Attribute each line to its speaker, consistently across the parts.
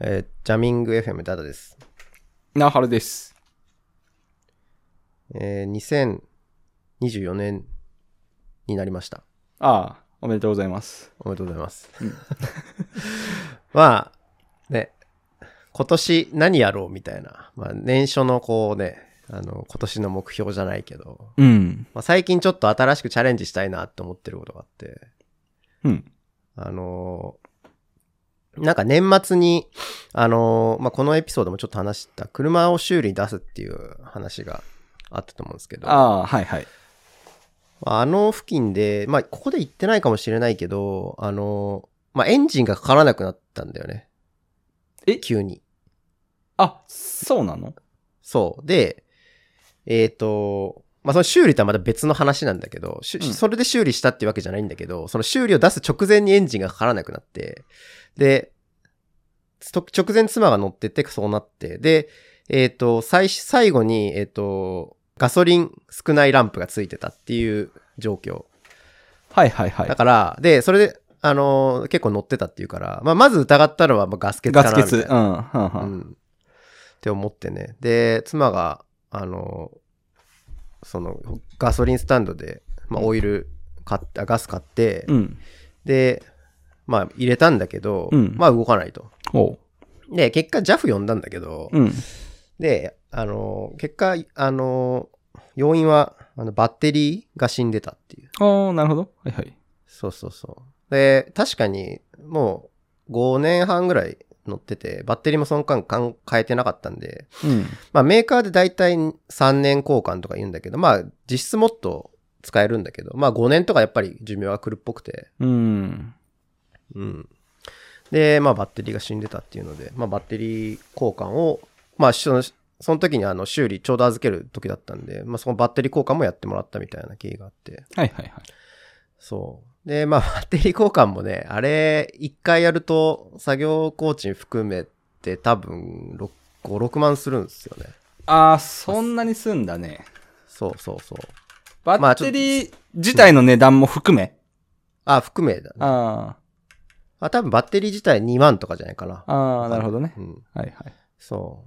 Speaker 1: えージャミング FM ダダです。
Speaker 2: なはるです。
Speaker 1: えー2024年になりました。
Speaker 2: ああ、おめでとうございます。
Speaker 1: おめでとうございます。 まあ、ね、今年何やろうみたいな、まあ、年初のこうね、あの、今年の目標じゃないけど、
Speaker 2: うん。
Speaker 1: まあ、最近ちょっと新しくチャレンジしたいなって思ってることがあって、
Speaker 2: うん。
Speaker 1: あのーなんか年末に、あのーまあ、このエピソードもちょっと話した、車を修理に出すっていう話があったと思うんですけど、
Speaker 2: ああ、はいはい。
Speaker 1: まああの付近で、まあ、ここで言ってないかもしれないけど、あの、まあ、エンジンがかからなくなったんだよね。
Speaker 2: え
Speaker 1: 急に。
Speaker 2: あ、そうなの
Speaker 1: そう。で、えっ、と、まあ、その修理とはまた別の話なんだけど、しゅ
Speaker 2: うん
Speaker 1: それで修理したってわけじゃないんだけど、その修理を出す直前にエンジンがかからなくなって、で、つと直前妻が乗ってて、そうなって、で、えっ、と、最、最後に、えっ、と、ガソリン少ないランプがついてたっていう状況。
Speaker 2: はいはいは
Speaker 1: だ
Speaker 2: い。
Speaker 1: から、で、それで、あのー結構乗ってたっていうから、まあ、まず疑ったのはまあガス欠かな
Speaker 2: ガスケツ。
Speaker 1: み
Speaker 2: う
Speaker 1: た
Speaker 2: ん。
Speaker 1: い
Speaker 2: は
Speaker 1: なん
Speaker 2: は。
Speaker 1: うんん。って思ってね。で、妻が、あのーその、ガソリンスタンドで、まあ、オイル買った、ガス買って、
Speaker 2: うん。
Speaker 1: で、まあ、入れたんだけど、
Speaker 2: うん
Speaker 1: まあ、動かないと。
Speaker 2: ほ
Speaker 1: で、結果、JAF 呼んだんだけど、
Speaker 2: う。うん。
Speaker 1: で、あのー結果、あのー要因は、あの、バッテリーが死んでたっていう。
Speaker 2: ああ、なるほど。はいはい。
Speaker 1: そうそうそう。で、確かに、もう、5年半ぐらい乗ってて、バッテリーもその間かん変えてなかったんで、
Speaker 2: うん。
Speaker 1: まあメーカーで大体3年交換とか言うんだけど、まあ実質もっと使えるんだけど、まあ5年とかやっぱり寿命は来るっぽくて、
Speaker 2: うん。
Speaker 1: うん。で、まあバッテリーが死んでたっていうので、まあバッテリー交換を、まあその、その時にあの修理ちょうど預ける時だったんで、まあそのバッテリー交換もやってもらったみたいな経緯があって、
Speaker 2: はいはいはい。
Speaker 1: そう。で、まあ、バッテリー交換もね、あれ、一回やると、作業工賃含めて多分、6 5、6万するんですよね。
Speaker 2: ああ、そんなにすんだね。
Speaker 1: そうそうそう。
Speaker 2: バ
Speaker 1: まあ
Speaker 2: ッ
Speaker 1: ちょっ
Speaker 2: テ
Speaker 1: と
Speaker 2: リー自体の値段も含め。
Speaker 1: あ、含めだ、ね。
Speaker 2: あ
Speaker 1: あ、多分バッテリー自体2万とかじゃないかな
Speaker 2: あ、。ああ、なるほどね
Speaker 1: う。ん。
Speaker 2: はいはい。
Speaker 1: そ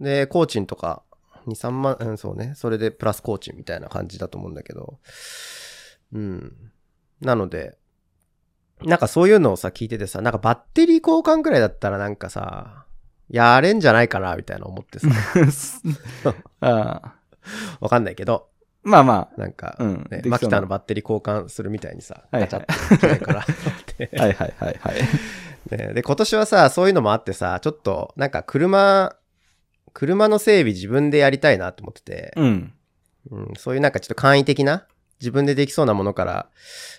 Speaker 1: う。で、工賃とか、2、3万、うん、そうね。それでプラス工賃みたいな感じだと思うんだけど。うん。なので、なんかそういうのをさ、聞いててさ、なんかバッテリー交換くらいだったらなんかさ、やれんじゃないかな、みたいな思ってさ、
Speaker 2: ああ。
Speaker 1: わかんないけど、
Speaker 2: まあま
Speaker 1: なんか、
Speaker 2: うん
Speaker 1: ね
Speaker 2: できそうな
Speaker 1: マキタのバッテリー交換するみたいにさ、
Speaker 2: はいは
Speaker 1: ガチ
Speaker 2: い
Speaker 1: ャってできないからって
Speaker 2: あ。はいはいはいはい。
Speaker 1: ね、で、今年はさ、そういうのもあってさ、ちょっと、なんか車、車の整備自分でやりたいなと思ってて、
Speaker 2: うん。
Speaker 1: うん、そういうなんかちょっと簡易的な、自分でできそうなものから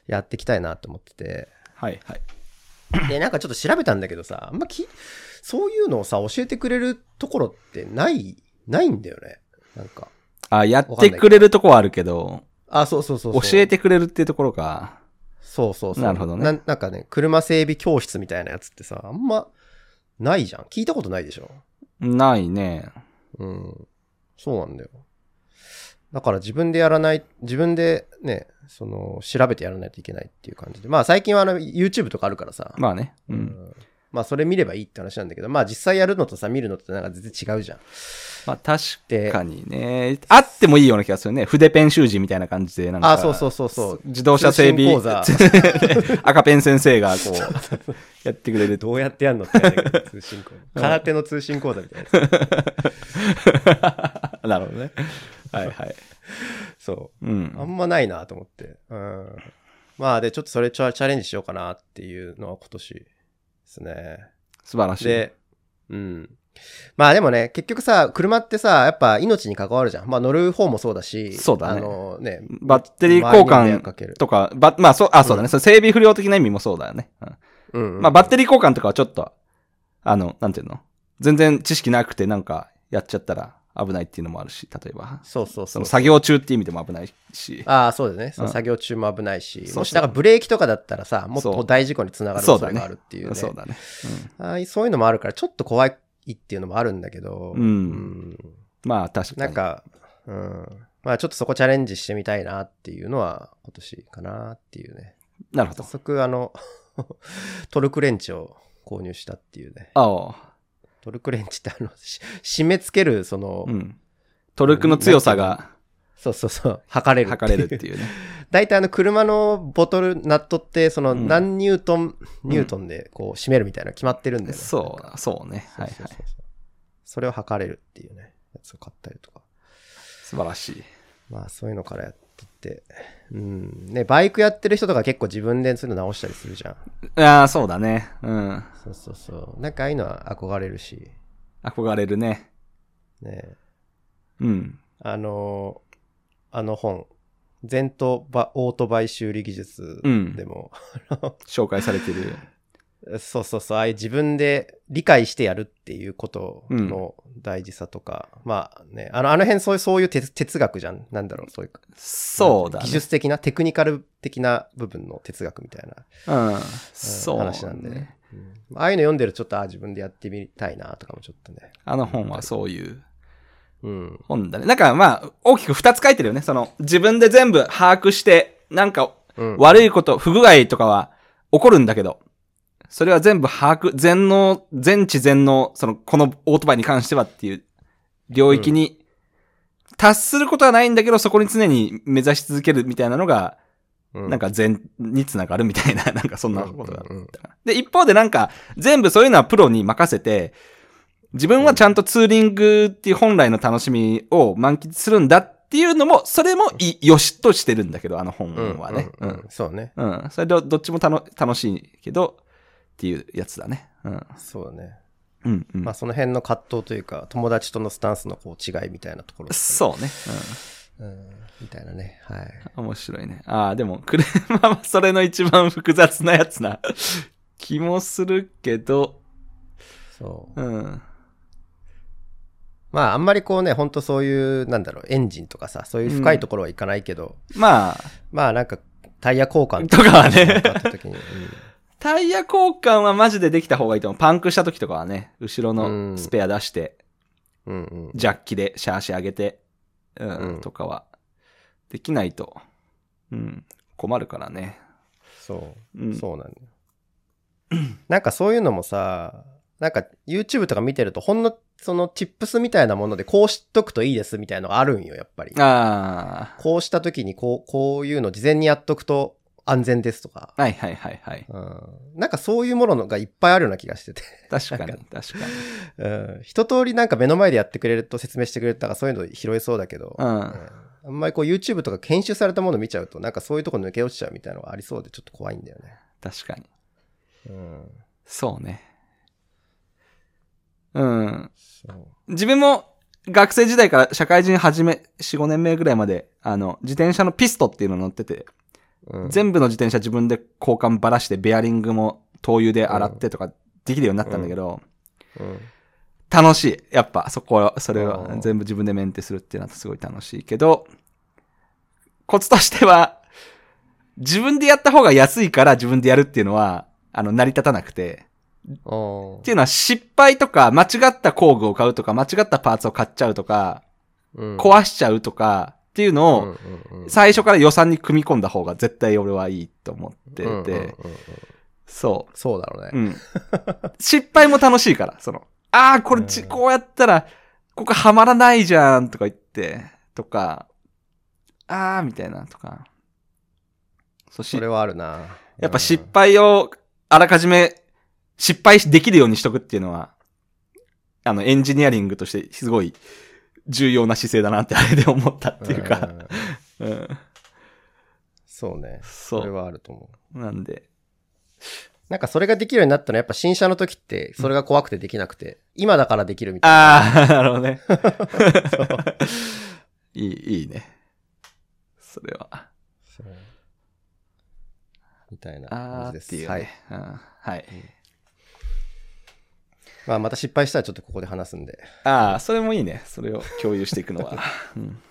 Speaker 1: やっていきたいなと思って て。
Speaker 2: はいはい。
Speaker 1: で、なんかちょっと調べたんだけどさ、あんまき、そういうのをさ、教えてくれるところってない、ないんだよね。なんか。
Speaker 2: ああ、やってくれるとこはあるけど、
Speaker 1: あ、そうそうそうそう。
Speaker 2: 教えてくれるっていうところか。
Speaker 1: そうそうそう。
Speaker 2: なるほどね
Speaker 1: ななんかね、車整備教室みたいなやつってさ、あんま、ないじゃん。聞いたことないでしょ。
Speaker 2: ないね。
Speaker 1: うん。そうなんだよ。だから自分でやらない、自分でね、その、調べてやらないといけないっていう感じで。まあ最近はあの、YouTube とかあるからさ。
Speaker 2: まあね。う。
Speaker 1: うんんまあそれ見ればいいって話なんだけど、まあ実際やるのとさ、見るのってなんか全然違うじゃん。
Speaker 2: まあ確かにね。あってもいいような気がするね。筆ペン習字みたいな感じで、なんか。
Speaker 1: あそうそうそうそう
Speaker 2: 自動車整備
Speaker 1: 通信講座
Speaker 2: 赤ペン先 生がこう、やってくれると。
Speaker 1: どうやってやるの ってやるよ通信講座。空手の通信講座みたいなやつ。
Speaker 2: なるほどね。はいはい。
Speaker 1: そうう。あ
Speaker 2: ん。
Speaker 1: んまないなと思って。うん。まあで、ちょっとそれチャチャレンジしようかなっていうのは今年ですね。
Speaker 2: 素晴らしい。
Speaker 1: で、うん。まあでもね、結局さ、車ってさ、やっぱ命に関わるじゃん。まあ乗る方もそうだし、
Speaker 2: そうだね
Speaker 1: あのね、
Speaker 2: バッテリー交
Speaker 1: 周りに迷惑かけ
Speaker 2: 換
Speaker 1: る
Speaker 2: とか、ばまあそう、あ、そうだね。その整備不良的な意味もそうだよね。うん
Speaker 1: うんうん
Speaker 2: まあ、バッテリー交換とかはちょっと、あの、なんていうの全然知識なくてなんかやっちゃったら危ないっていうのもあるし、例えば。
Speaker 1: そうそう
Speaker 2: そ
Speaker 1: そう
Speaker 2: の。作業中って意味でも危ないし。
Speaker 1: ああ、そうだね。その
Speaker 2: うん
Speaker 1: 作業中も危ないし、
Speaker 2: そう
Speaker 1: もしなんかブレーキとかだったらさ、もっ
Speaker 2: そ
Speaker 1: と
Speaker 2: う
Speaker 1: 大事故につながる
Speaker 2: そう
Speaker 1: 恐
Speaker 2: だ
Speaker 1: れ
Speaker 2: ね
Speaker 1: があるっていうね。
Speaker 2: そうだね。
Speaker 1: ああそういうのもあるから、ちょっと怖いっていうのもあるんだけど、
Speaker 2: う
Speaker 1: ん
Speaker 2: んうんまあ、確かに。
Speaker 1: なんか、うん。まあちょっとそこチャレンジしてみたいなっていうのは今年かなっていうね。
Speaker 2: なるほ
Speaker 1: 早
Speaker 2: ど。
Speaker 1: 速あの、トルクレンチを購入したっていうね。
Speaker 2: ああ。
Speaker 1: トルクレンチってあの、し締め付ける、その、
Speaker 2: うん。トルクの強さが
Speaker 1: そうそうそう、測れる
Speaker 2: 測れる
Speaker 1: い
Speaker 2: っ
Speaker 1: う
Speaker 2: ていうね。
Speaker 1: 大体あの車のボトル、ナットって、その
Speaker 2: うん
Speaker 1: 何ニュートン、
Speaker 2: ん
Speaker 1: ニュートンでこう締めるみたいなの決まってるんだよね。
Speaker 2: そ
Speaker 1: なんか
Speaker 2: う、そうね。
Speaker 1: そ
Speaker 2: は
Speaker 1: う
Speaker 2: い
Speaker 1: そうそう
Speaker 2: はい。
Speaker 1: それを測れるっていうね、やつを買ったりとか。
Speaker 2: 素晴らしい。
Speaker 1: まあそういうのからやってって。うん。ね、バイクやってる人とか結構自分でそういうの直したりするじゃん。
Speaker 2: ああ、そうだね。うん。
Speaker 1: そうそうそう。なんかああいうのは憧れるし、
Speaker 2: 憧れるね。
Speaker 1: ね。
Speaker 2: うん。
Speaker 1: あのーあの本、前頭ばオートバイ修理技術
Speaker 2: うん
Speaker 1: でも、
Speaker 2: 紹介 されてる。
Speaker 1: そうそうそう、ああいう自分で理解してやるっていうことの大事さとか、まあね、あの、あの辺そういう、そういう哲哲学じゃん。なんだろう、そういう。
Speaker 2: そうだね。
Speaker 1: 技術的な、テクニカル的な部分の哲学みたいな、
Speaker 2: うん。
Speaker 1: うん
Speaker 2: そう、ね。
Speaker 1: 話なんで、ね。うんああいうの読んでるとちょっと、ああ自分でやってみたいなとかもちょっとね。
Speaker 2: あの本はそういう
Speaker 1: うん。
Speaker 2: 本だね。なんかまあ、大きく二つ書いてるよね。その、自分で全部把握して、なんか
Speaker 1: うん、
Speaker 2: 悪いこと、不具合とかは起こるんだけど、それは全部把握、全能、全知全能、その、このオートバイに関してはっていう領域に達することはないんだけど、そこに常に目指し続けるみたいなのが、
Speaker 1: うん
Speaker 2: なん、か全につながるみたいな、なんかそんなことが
Speaker 1: うんうんうん
Speaker 2: で、一方でなんか、全部そういうのはプロに任せて、自分はちゃんとツーリングっていう本来の楽しみを満喫するんだっていうのも、それもい良しとしてるんだけど、あの本
Speaker 1: うん
Speaker 2: はね。
Speaker 1: う
Speaker 2: うんん
Speaker 1: うんそうね。
Speaker 2: うん。それどどっちもたの楽しいけど、っていうやつだね。うん。
Speaker 1: そうだね。
Speaker 2: うん、うん。
Speaker 1: まあその辺の葛藤というか、友達とのスタンスのこう違いみたいなところとかね、
Speaker 2: そうね。
Speaker 1: うん、みたいなね。はい。
Speaker 2: うん。面白いね。ああ、でも、車はそれの一番複雑なやつな気もするけど、
Speaker 1: そう。
Speaker 2: うん。
Speaker 1: まあ、あんまりこうね、ほんとそういう、なんだろう、エンジンとかさ、そういう深いところはいかないけど、
Speaker 2: まあ、
Speaker 1: まあなんか、タイヤ交換
Speaker 2: とかはね
Speaker 1: なんかあった時に、
Speaker 2: タイヤ交換はマジでできた方がいいと思う。パンクした時とかはね、後ろ
Speaker 1: う
Speaker 2: の
Speaker 1: ん
Speaker 2: スペア出して、
Speaker 1: うん、うん
Speaker 2: ジャッキでシャーシ上げて、うん、
Speaker 1: うん
Speaker 2: とかは、できないと、うん、困るからね。
Speaker 1: そうう、
Speaker 2: ん。
Speaker 1: そうなんだよ。なんかそういうのもさ、なんか YouTube とか見てると、ほんのそのチップスみたいなもので、こうしとくといいですみたいのがあるんよ、やっぱり。
Speaker 2: あ
Speaker 1: こうした時に、こう、こういうの事前にやっとくと安全ですとか。
Speaker 2: あ、はいはいはいはい。
Speaker 1: うん、なんかそういうものがいっぱいあるような気がして て。
Speaker 2: 確かに、
Speaker 1: なん
Speaker 2: 確かに。
Speaker 1: うん、一通りなんか目の前でやってくれると説明してくれるとかそういうの拾えそうだけど、
Speaker 2: うん
Speaker 1: あんまりこう YouTube とか研修されたもの見ちゃうとなんかそういうとこ抜け落ちちゃうみたいなのがありそうでちょっと怖いんだよね。
Speaker 2: 確かに。
Speaker 1: うん。
Speaker 2: そうね。うん。
Speaker 1: そう。
Speaker 2: 自分も学生時代から社会人始め、4、5年目ぐらいまで、あの、自転車のピストっていうの乗ってて、
Speaker 1: うん、
Speaker 2: 全部の自転車自分で交換ばらして、ベアリングも灯油で洗ってとかできるようになったんだけど、
Speaker 1: うん
Speaker 2: 楽しい。やっぱ、そこは、それ
Speaker 1: う
Speaker 2: は
Speaker 1: ん
Speaker 2: 全部自分でメンテするっていうのはすごい楽しいけど、コツとしては、自分でやった方が安いから自分でやるっていうのは、あの、成り立たなくて、
Speaker 1: お
Speaker 2: っていうのは失敗とか、間違った工具を買うとか、間違ったパーツを買っちゃうとか、
Speaker 1: うん、い
Speaker 2: 壊しちゃうとか、っていうのを、最初から予算に組み込んだ方が絶対俺はいいと思って
Speaker 1: うんうんうんうん
Speaker 2: て、そう。
Speaker 1: そうだろう
Speaker 2: う
Speaker 1: ね。
Speaker 2: ん。 失敗も楽しいから、その、ああ、これち、
Speaker 1: うん
Speaker 2: こうやったら、ここはまらないじゃん、とか言って、とか、ああ、みたいな、とか。そうし
Speaker 1: それはあるな。
Speaker 2: やっぱ失敗を、あらかじめ、失敗しできるようにしとくっていうのは、あの、エンジニアリングとして、すごい、重要な姿勢だなって、あれで思ったっ
Speaker 1: うん
Speaker 2: ていう
Speaker 1: う
Speaker 2: か、
Speaker 1: ん
Speaker 2: うん。
Speaker 1: そうね。
Speaker 2: そ
Speaker 1: それ
Speaker 2: う。
Speaker 1: はあると思う。
Speaker 2: なんで、
Speaker 1: なんかそれができるようになったのはやっぱ新車の時ってそれが怖くてできなくて、今だからできるみたいな。
Speaker 2: ああ、なるほど ね。いい、いいね。それは。
Speaker 1: そうみたいな
Speaker 2: あ
Speaker 1: 感
Speaker 2: あ
Speaker 1: じで
Speaker 2: っ
Speaker 1: す。
Speaker 2: ていう、ね。
Speaker 1: はい。
Speaker 2: うん。はい。
Speaker 1: まあ、また失敗したらちょっとここで話すんで。
Speaker 2: ああ、それもいいね。それを共有してい くのは。うん、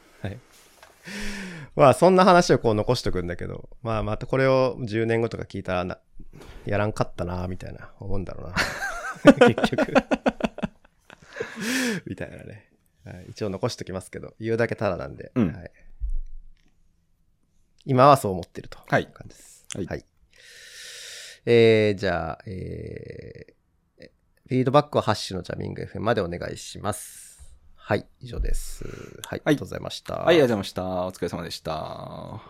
Speaker 1: まあ、そんな話をこう残しとくんだけど、まあ、またこれを10年後とか聞いたらな、やらんかったな、みたいな、思うんだろうな。 結局。みたいなね。はい一応残しときますけど、言うだけただなんで、
Speaker 2: うん
Speaker 1: はい今はそう思ってると。
Speaker 2: はい
Speaker 1: 感じです。
Speaker 2: はい
Speaker 1: えー、じゃあ、えーフィードバックはハッシュのジャミング FM までお願いします。はい、以上です。はい、
Speaker 2: は
Speaker 1: あ
Speaker 2: い
Speaker 1: りがとうございました。
Speaker 2: はい、ありがとうございました。お疲れ様でした。